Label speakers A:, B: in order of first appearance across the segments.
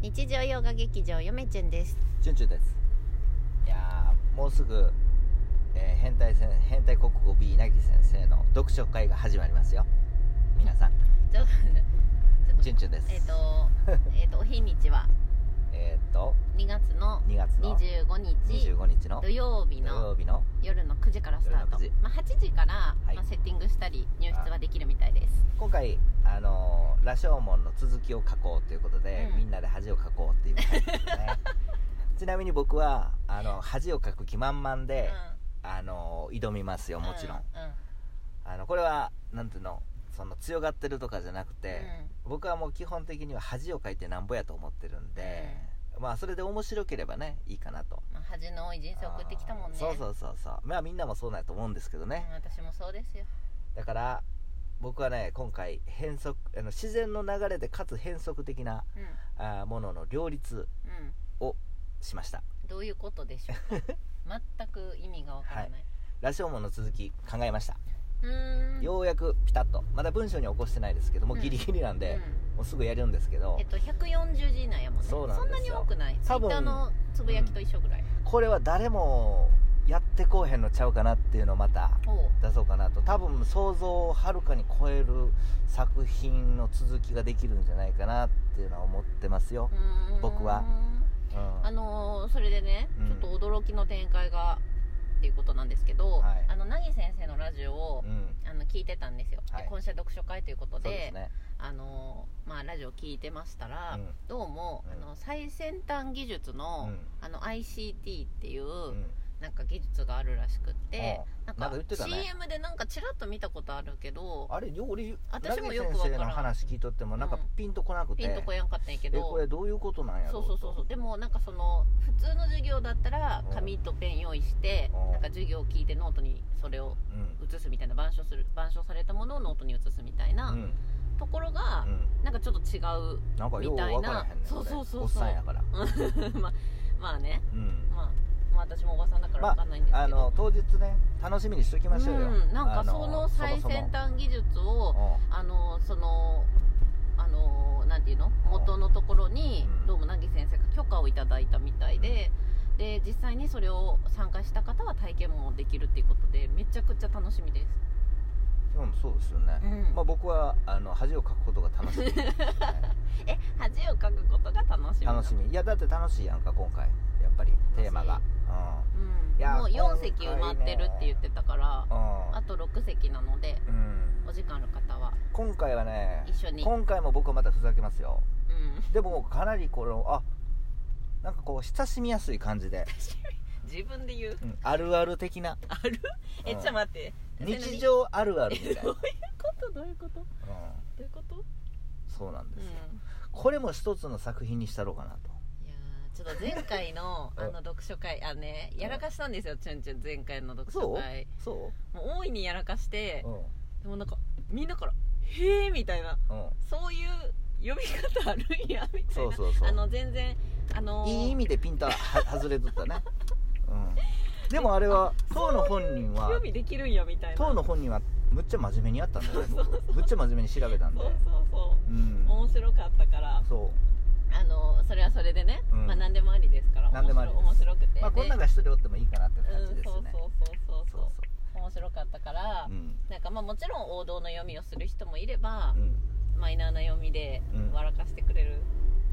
A: 日常洋画劇場よめちゅんです
B: チュンチュンですいやーもうすぐ、えー変態せん変態国語 B なぎ先生の読書会が始まりますよ皆さん
A: ちょっとちょっと
B: チュ ンチュンです
A: えっ、とえっ、とお日にちは
B: えーっと
A: 2月の
B: 2月の
A: 25日
B: 25日の
A: 土曜日
B: 土
A: の
B: 曜日の
A: 夜の9時からスタート
B: 夜の9時
A: まあ、8時から、
B: はい
A: まあ、セッティングしたり入室はできるみたいです
B: 今回あのー羅生門の続きを書こうということで、
A: うん
B: みんなで恥をかこうっていう回で すねちなみに僕はあの恥をかく気満々で、あのー挑みますよ
A: うん
B: もちろん、
A: うん
B: あのこれはなんていうのその強がってるとかじゃなくて、
A: うん
B: 僕はもう基本的には恥をかいてなんぼやと思ってるんで、まあそれで面白ければねいいかなと
A: まあ、恥の多い人生送ってきたもんね、
B: そうそううそうそうまあみんなもそうなんやと思うんですけどね
A: ん、、私もそうですよ
B: だから僕はね今回変則あの自然の流れでかつ変則的な
A: うん
B: あーものの両立
A: うん
B: しました
A: どういうことでしょう か全く意味がわからない、
B: は羅生門の続き考えました、
A: うーん
B: ようやくピタッとまだ文章に起こしてないですけども
A: うん
B: ギリギリなんで、もうすぐやるんですけど、
A: うんえっと140字以内やもんね
B: そうなんですよ
A: なに多くないツイ
B: 多
A: ッ
B: 分
A: ターのつぶやきと一緒ぐらい、
B: これは誰もやってこうへんのちゃうかなっていうのをまた
A: ほう
B: 出そうかなと多分想像をはるかに超える作品の続きができるんじゃないかなっていうのは思ってますよ
A: う、ーん
B: 僕はうん
A: あのーそれでね、
B: うん
A: ちょっと驚きの展開がっていうことなんですけど、
B: はい
A: あの凪先生のラジオを、
B: うん
A: あの聞いてたんですよ、で
B: はい
A: 今週読書会ということ
B: そ
A: で
B: うですね、
A: あのーまあ、ラジオ聞いてました
B: う
A: ら、
B: ん
A: どうも、
B: うん
A: あの最先端技術の,、
B: うん
A: あの ICT っていう、
B: うん
A: なんか技術があるらしくって、なん
B: な
A: か
B: んか言ってたね
A: CM でなんかちらっと見たことあるけど
B: あれよ俺
A: 私もよくわからん
B: ラゲ先生の話聞いとってもなんか
A: うん
B: ピンとこなくて、
A: ピンとこやんかったんやけ
B: えこ
A: ど
B: れどういうことなんやろ
A: そうう
B: と
A: そうそうそうでもなんかその普通の授業だったら
B: うん
A: 紙とペン用意して
B: うん
A: なんか授業を聞いてノートにそれを
B: うん
A: 写すみたいな板書する板書されたものをノートに写すみたいな
B: うん
A: ところが
B: うん
A: なんかちょっと違う
B: なんかようわからへんねん
A: みたいなそう
B: 俺
A: そうそうそう
B: おっさんやから
A: ままあね
B: うん
A: まあまあ私もおばさんだから
B: まあ
A: わかんないんです
B: あ
A: けど
B: の当日ね楽しみにしときましょうよ、
A: うんなんかそ
B: あ
A: の最先
B: そも
A: 端技術を
B: そも
A: あのそのあのなんていうの元のところに
B: うん
A: どうも凪先生が許可をいただいたみたいで、で実際にそれを参加した方は体験もできるっていうことでめちゃくちゃ楽しみです、
B: うん、うん、そうですよね、
A: ん
B: まあ、僕はあの恥をかくことが楽しみですね
A: え恥をかくことが楽しみなの
B: 楽しみいやだって楽しいやんか今回やっぱりテーマが
A: うん
B: いや
A: もう
B: 今
A: 4
B: 回ね
A: 席埋まってるって言ってたから、あ
B: う
A: と6席なので
B: ん、うん、
A: お時間ある方は
B: 今回はね
A: 一緒に
B: 今回も僕はまたふざけますよ
A: うん
B: でもかなりこのあなんかこう親しみやすい感じで、
A: 自分で言う
B: うん、あるある的な
A: あるえ、
B: う
A: ちょ
B: ん
A: っと待って
B: 日常あるある
A: え
B: みたいな、
A: ど
B: う
A: ういうことどういうことど
B: ん、
A: ういうこと
B: そうなんですよ、
A: うん
B: これも一つの作品にしたろうかなと
A: いやーちょっと前回の
B: うん
A: あの読書会あねやらかしたんですよチュンチュン前回の読書会
B: そ
A: もう大いにやらかして
B: う、う
A: でもなんかみんなから「へえ」みたいなん
B: うん、
A: そういう読み方あるんやみたいな
B: そうそうそう
A: あの全然あのー
B: いい意味でピントはは外れとったね、 うん、でもあれは当の本人は
A: 読みできるんやみたいな
B: 当の本人はむっちゃ真面目にやったんだよ ね僕むっちゃ真面目に調べたんで
A: そうそうそううん面白かったから
B: そ
A: あのーそれはそれでね、
B: うん
A: まあ何でもありですから
B: 何でもありです
A: 面白面白くて、
B: うまあこんな
A: で
B: が一人おってもいいかなって
A: う
B: 感じ
A: ん
B: です
A: そう
B: ね
A: そうそうそうそ
B: そ
A: うう
B: そ
A: 面白かったから
B: う、うん
A: なんかまあもちろん王道の読みをする人もいれば
B: う、ん
A: マイナーな読みで
B: うん
A: 笑かしてくれる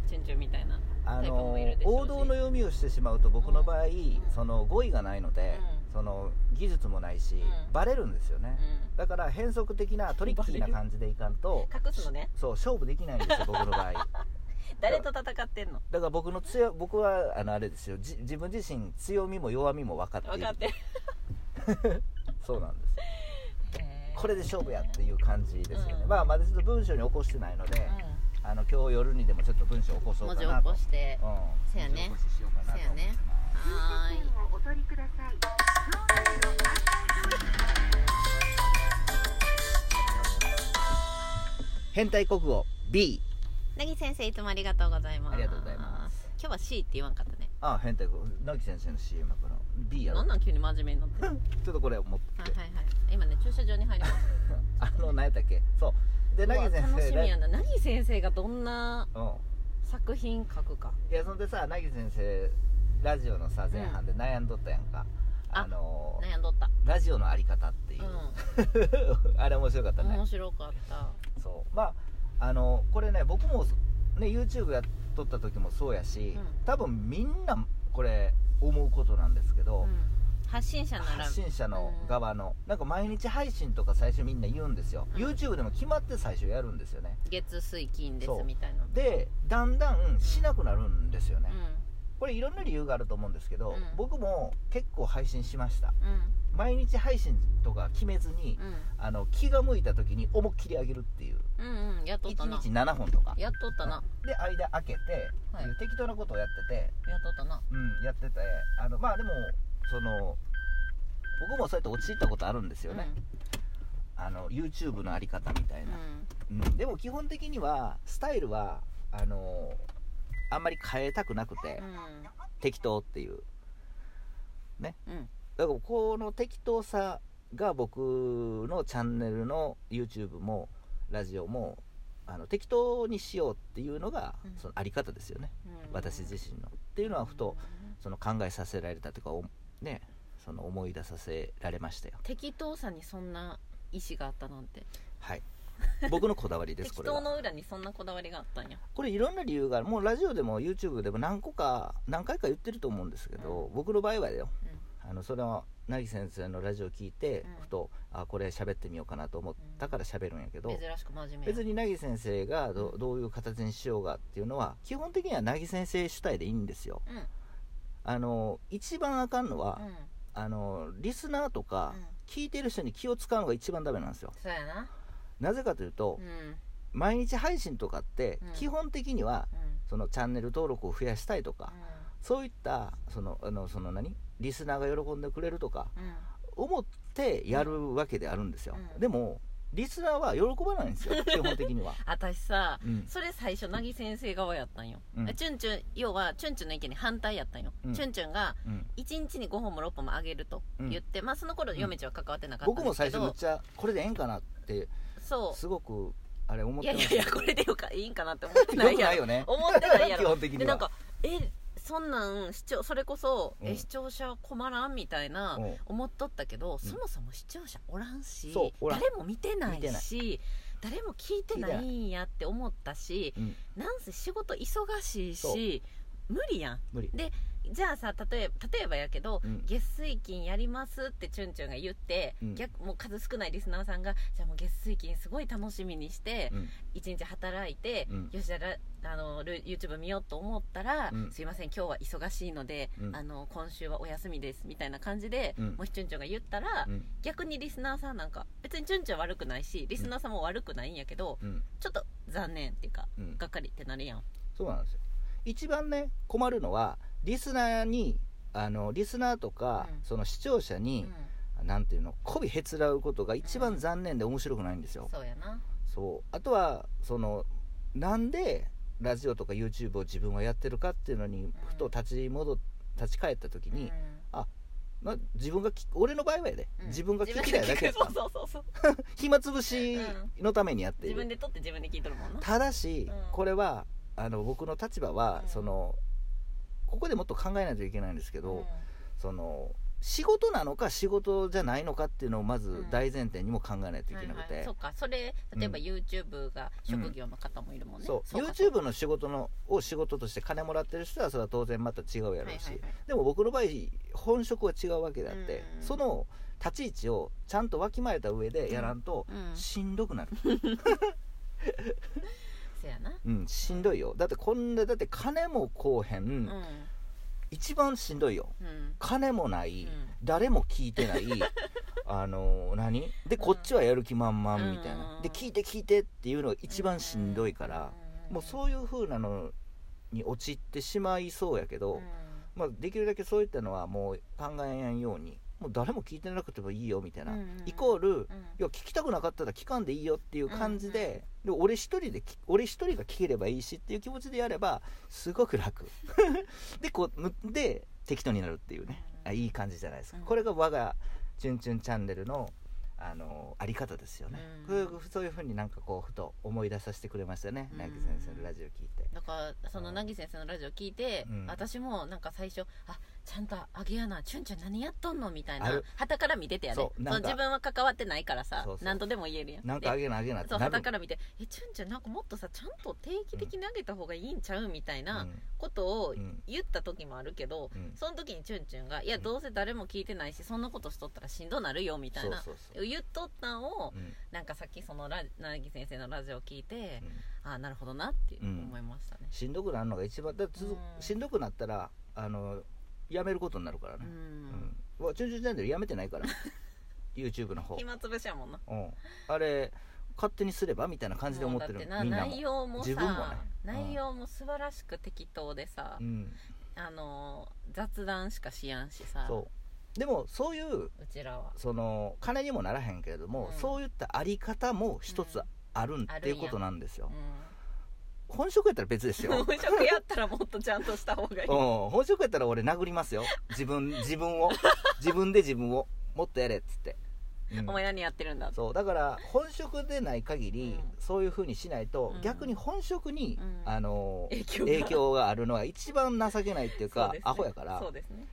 A: チュンチュンみたいな、
B: あ
A: タイプも
B: の
A: いるでしょうし
B: 王道の読みをしてしまうと僕の場合、
A: ん
B: その語彙がないので、その技術もないし、
A: うん
B: バレるんですよね、
A: う
B: だから変則的なトリッキーな感じでいかんと
A: ん、隠すのね
B: そう勝負できないんですよ僕の場合だか
A: 誰と戦ってんの
B: ら僕の強い僕はあのあれですよじ自分自身強みも弱みも分かっている
A: 分かってる
B: そうなんですこれで勝負やっていう感じですよね、
A: うん
B: まあまだちょっと文章に起こしてないので、
A: う
B: あの今日夜にでもちょっと文章起こそ
A: ん、
B: うか
A: 文字
B: な
A: 起
B: と
A: こして
B: うん
A: せやね
B: 文字起こししようかなと
A: せやねはーい
C: をお取りください。
B: 変態国語 B
A: なぎ先生いつもありがとうございます
B: ありがとうございます
A: 今日は C って言わんかったね
B: あ変態国語なき先生の CM だから B やろ
A: なんなん急に真面目になってる はい
B: ちょっとこれ持って
A: はいはい今ね駐車場に入りまし
B: あの何やったっけそうで
A: た
B: なぎ先
A: うわ楽
B: 生
A: しみやななぎ先生がどんな
B: うん
A: 作作品書くか
B: いやそんでさ凪先生ラジオのさ前半で悩んどったやんか、
A: あ
B: あのー
A: 悩んどった
B: ラジオのあり方っていう、
A: う
B: あれ面白かった
A: ん
B: ね
A: 面白かった
B: そうまああのこれね僕もね YouTube やっとった時もそうやし、
A: うん
B: 多分みんなこれ思うことなんですけど、
A: うん発信者なら
B: 発信者の側の、なんか毎日配信とか最初みんな言うんですよ、
A: うん
B: YouTube でも決まって最初やるんですよね
A: 月水金です
B: そう
A: みたいな
B: でだんだんしなくなるんですよね、
A: う
B: これいろんな理由があると思うんですけど、
A: うん
B: 僕も結構配信しました
A: ん
B: 毎日配信とか決めずに、
A: うん
B: あの気が向いた時に思いっきり上げるっていう
A: うんうんうんやっとった
B: 1
A: な
B: 日7本とか
A: やっとったな
B: で間開けて、
A: はい
B: いう適当なことをやってて、
A: やっとったな
B: うん、やっててあのまあでもその僕もそうやって陥ったことあるんですよね、あの YouTube のあり方みた
A: う
B: い
A: んう
B: な、
A: ん
B: うん、でも基本的にはスタイルはあのあんまり変えたくなくて、適当っていう
A: うんうん
B: だからこの適当さが僕のチャンネルの YouTube もラジオもあの適当にしようっていうのが、
A: うん
B: そのあり方ですよね
A: うん
B: 私自身のっていうのはふとその考えさせられたというかおねその思い出させられましたよ
A: 適当さにそんな意思があったなんて
B: はい僕のこだわりです
A: 適
B: これ
A: 当
B: は
A: の裏にそんなこだわりがあったんや
B: これいろんな理由があるもうラジオでも YouTube でも何個か何回か言ってると思うんですけど、僕の場合はだよあのそれは凪先生のラジオ聞いて、
A: うん
B: ふとあこれ喋ってみようかなと思ったから喋るんやけど、
A: 珍しく真面目
B: 別
A: に
B: に凪先生がどどういう形にしようがっていうのは基本的には凪先生主体でいいんですよ
A: うん
B: あの一番あかんのは、
A: うん
B: あのリスナーとか、
A: うん
B: 聞いてる人に気を使うのが一番ダメなんですよ
A: そうやな
B: なぜかというと、
A: うんうん
B: 毎日配信とかって、
A: うん
B: 基本的にはそのチャンネル登録を増やしたいとか、そういったそのあのその何リスナーが喜んでくれるとか
A: うんうん
B: 思ってやるわけであるんですよ、
A: うん
B: でもリスナーは喜ばないんで すよ基本的には、
A: 私さ
B: うん
A: それ最初なぎ先生側やったんよ、
B: うん
A: チュンチュン要はチュンチュンの意見に反対やったんよ、
B: うん
A: チュンチュンが
B: うん
A: 1日に5本も6本もあげると言って、まあその頃
B: うん
A: 嫁ちゃんは関わってなかったん
B: 僕
A: で
B: も
A: すけ
B: 最
A: ど、
B: 初めっちゃこれでええんかなって
A: そ
B: すごくあれ思
A: う
B: っ
A: い
B: て
A: や
B: ま
A: い
B: し
A: や
B: た
A: いやこれでよかいいんかなって思ってな
B: よ
A: い
B: く
A: や
B: ない
A: ろ
B: よね
A: 思ってないやろ
B: 基本的には
A: でなんかえそんなん視聴それこそ、
B: う
A: え
B: ん
A: 視聴者困らんみたいな、
B: うん
A: 思っとったけど、そもそも視聴者おらんし
B: そうおらん
A: 誰も見てな
B: 見
A: い
B: てない
A: し誰も聞いてないんやって思ったし
B: うん
A: なんせ仕事忙しい
B: そう
A: し無理やん
B: 無理
A: じゃあさ例えば例えばやけど
B: うん
A: 月水金やりますってチュンチュンが言って、
B: うん
A: 逆もう数少ないリスナーさんがじゃあもう月水金すごい楽しみにして
B: うん
A: 一日働いて、
B: うん
A: よしじゃあらあのル YouTube 見ようと思ったら、
B: うん
A: すいません今日は忙しいので、
B: うん
A: あの今週はお休みですみたいな感じで、
B: うん
A: もしチュンチュンが言ったら、
B: うん
A: 逆にリスナーさんなんか別にチュンチュンは悪くないしリスナーさんも悪くないんやけど、
B: うん
A: ちょっと残念っていうか
B: うん
A: がっかりってなるやん、
B: そうなんですよ一番ね困るのはリスナーにあのリスナーとか、
A: うん
B: その視聴者
A: う
B: に、
A: ん、
B: なんていうの媚びへつらうことが一番残念で面白くないんですよ、
A: そうやな
B: そうあとはそのなんでラジオとか YouTube を自分はやってるかっていうのにふと立ち戻っ立ち返った時に、まあ自分がき俺の場合はやで、
A: うん
B: 自分が聞きたいだけやった
A: 自分で聞くそうそうそうそう
B: 暇つぶしのためにやってい
A: 自
B: る、
A: 分で撮って自分で聞いとるもんな
B: ただし、
A: うん
B: これはあの僕の立場は、
A: うん
B: そのここでもっと考えないといけないんですけど、
A: うん
B: その仕事なのか仕事じゃないのかっていうのをま
A: う
B: ず
A: ん
B: 大前提にも考えないといけなく
A: はい
B: て、
A: はい、そっかそれ例えば YouTube が職業の方もいるもんね、
B: そう
A: か
B: YouTube の仕事のを仕事として金もらってる人はそれは当然また違うやろうし、でも僕の場合本職は違うわけであって、
A: うん
B: その立ち位置をちゃんとわきまえた上でやらんと
A: はいはい、うんそ
B: しんどくなる、
A: やな
B: うんしんどいよだってこんなだって金もこうへん、
A: うん
B: 一番しんどいよ
A: うん
B: 金もない、
A: うん
B: 誰も聞い てないあの何でこっちはやる気満々みたいな、
A: うん
B: で聞いて聞いてっていうのが一番しんどいから、もう
A: い
B: そういう風なのに陥ってしまいそうやけど、
A: うん
B: まあ、できるだけそういったのはもう考えんようにもう誰も聞いてなくてもいいよみたいな、
A: うんうんうん
B: イコール
A: うん
B: いや聞きたくなかったら聞かんでいいよっていう感じで,、で俺一人で聞俺一人が聞ければいいしっていう気持ちでやればすご く楽でこうむで適当になるっていうねあいい感じじゃないですか、
A: うん
B: これが我が「チュンチュンチャンネルの」あのあり方ですよね、
A: うん
B: こういうそういうふうになんかこうふと思い出させてくれましたね
A: うん
B: 南木先生のラジオ聞いて、
A: だからそのなぎ先生のラジオ聞いて、
B: うん
A: 私もなんか最初あちゃんとあげやなチュンチュン何やっとんのみたい
B: あ
A: な
B: る
A: 旗から見ててやで
B: そ
A: そう
B: なんか
A: う自分は関わってないからさ
B: そうそう
A: 何とでも言えるやん
B: なんかあげなあげなっ
A: で
B: て
A: そう
B: な
A: 旗
B: る
A: から見てえチュンチュンなんかもっとさちゃんと定期的にあげた方がいいんちゃうみたいなことを
B: うんうん
A: 言った時もあるけど、
B: うん
A: その時にチュンチュンが「いや
B: うん
A: どうせ誰も聞いてないしそんなことしとったらしんどなるよ」みたいな
B: そうそうそう、
A: 言っとったんを
B: うん
A: なんかさっきそのラなぎ先生のラジオを聞いて
B: う、ん
A: ああなるほどなって思いましたね。
B: しんどくなるのが一番だつづ
A: うん
B: しんどくなったらあのやめることになるからね
A: う、ん
B: うんわチュンチュンチャンネルやめてない から YouTube の方、
A: 暇つぶしやもんな
B: うん、あれ勝手にすればみたいな感じで思ってる
A: そうだな
B: みんなも
A: 内容もさ
B: 自分もねうん
A: 内容も素晴らしく適当でさ、
B: うん、
A: あのー雑談しかしやんしさ
B: そうでもそういう
A: うちらは
B: その金にもならへんけれども、
A: うん
B: そういったあり方も一つあるん、
A: あるんや
B: っていうことなんです
A: う
B: よ、
A: ん
B: 本職やったら別です よ
A: 本職やったらもっとちゃんとした方がいい
B: うん、本職やったら俺殴りますよ自分自分を自分で自分をもっとやれっつって、うん
A: お前何やってるんだって
B: そうだから本職でない限り、
A: う
B: そういうふうにしないと、
A: うん
B: 逆に本職に、
A: うん
B: あの
A: 影響が
B: 影響があるのは一番情けないっていう
A: そう
B: か
A: ですね
B: アホやから
A: そうですね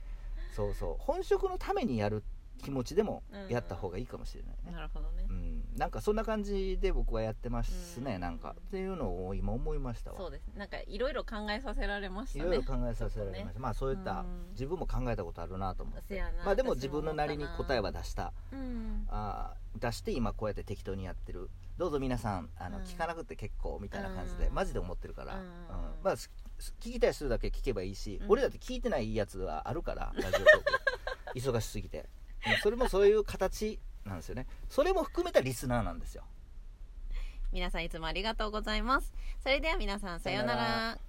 B: そうそう本職のためにやる気持ちでも
A: うん
B: やった方がいいかもしれないね、
A: なるほどね
B: うんなんかそんな感じで僕はやってますね、
A: うん
B: なんかっていうのを今思いましたわ
A: そうですなんかいろいろ考えさせられまし
B: い
A: た
B: ろい
A: ね
B: ろ考えさせられまし
A: ちょ
B: た、
A: っと
B: まあそういった、
A: うん
B: 自分も考えたことあるなと思っ
A: せ
B: て
A: やな
B: まあでも
A: 私
B: 自
A: も思
B: 分
A: った
B: の
A: な
B: なりに答えは出した
A: うん
B: あー出して今こうやって適当にやってるどうぞ皆さんあの、
A: うん
B: 聞かなくて結構みたいな感じで、
A: うん
B: マジで思ってるから、
A: うん
B: まあすす聞きたい人だけ聞けばいいし、
A: うん
B: 俺だって聞いてないやつはあるからラジオト ーク忙しすぎてうんそれもそういう形なんですよねそれも含めたリスナーなんですよ
A: 皆さんいつもありがとうございますそれでは皆さんさような
B: さような
A: ら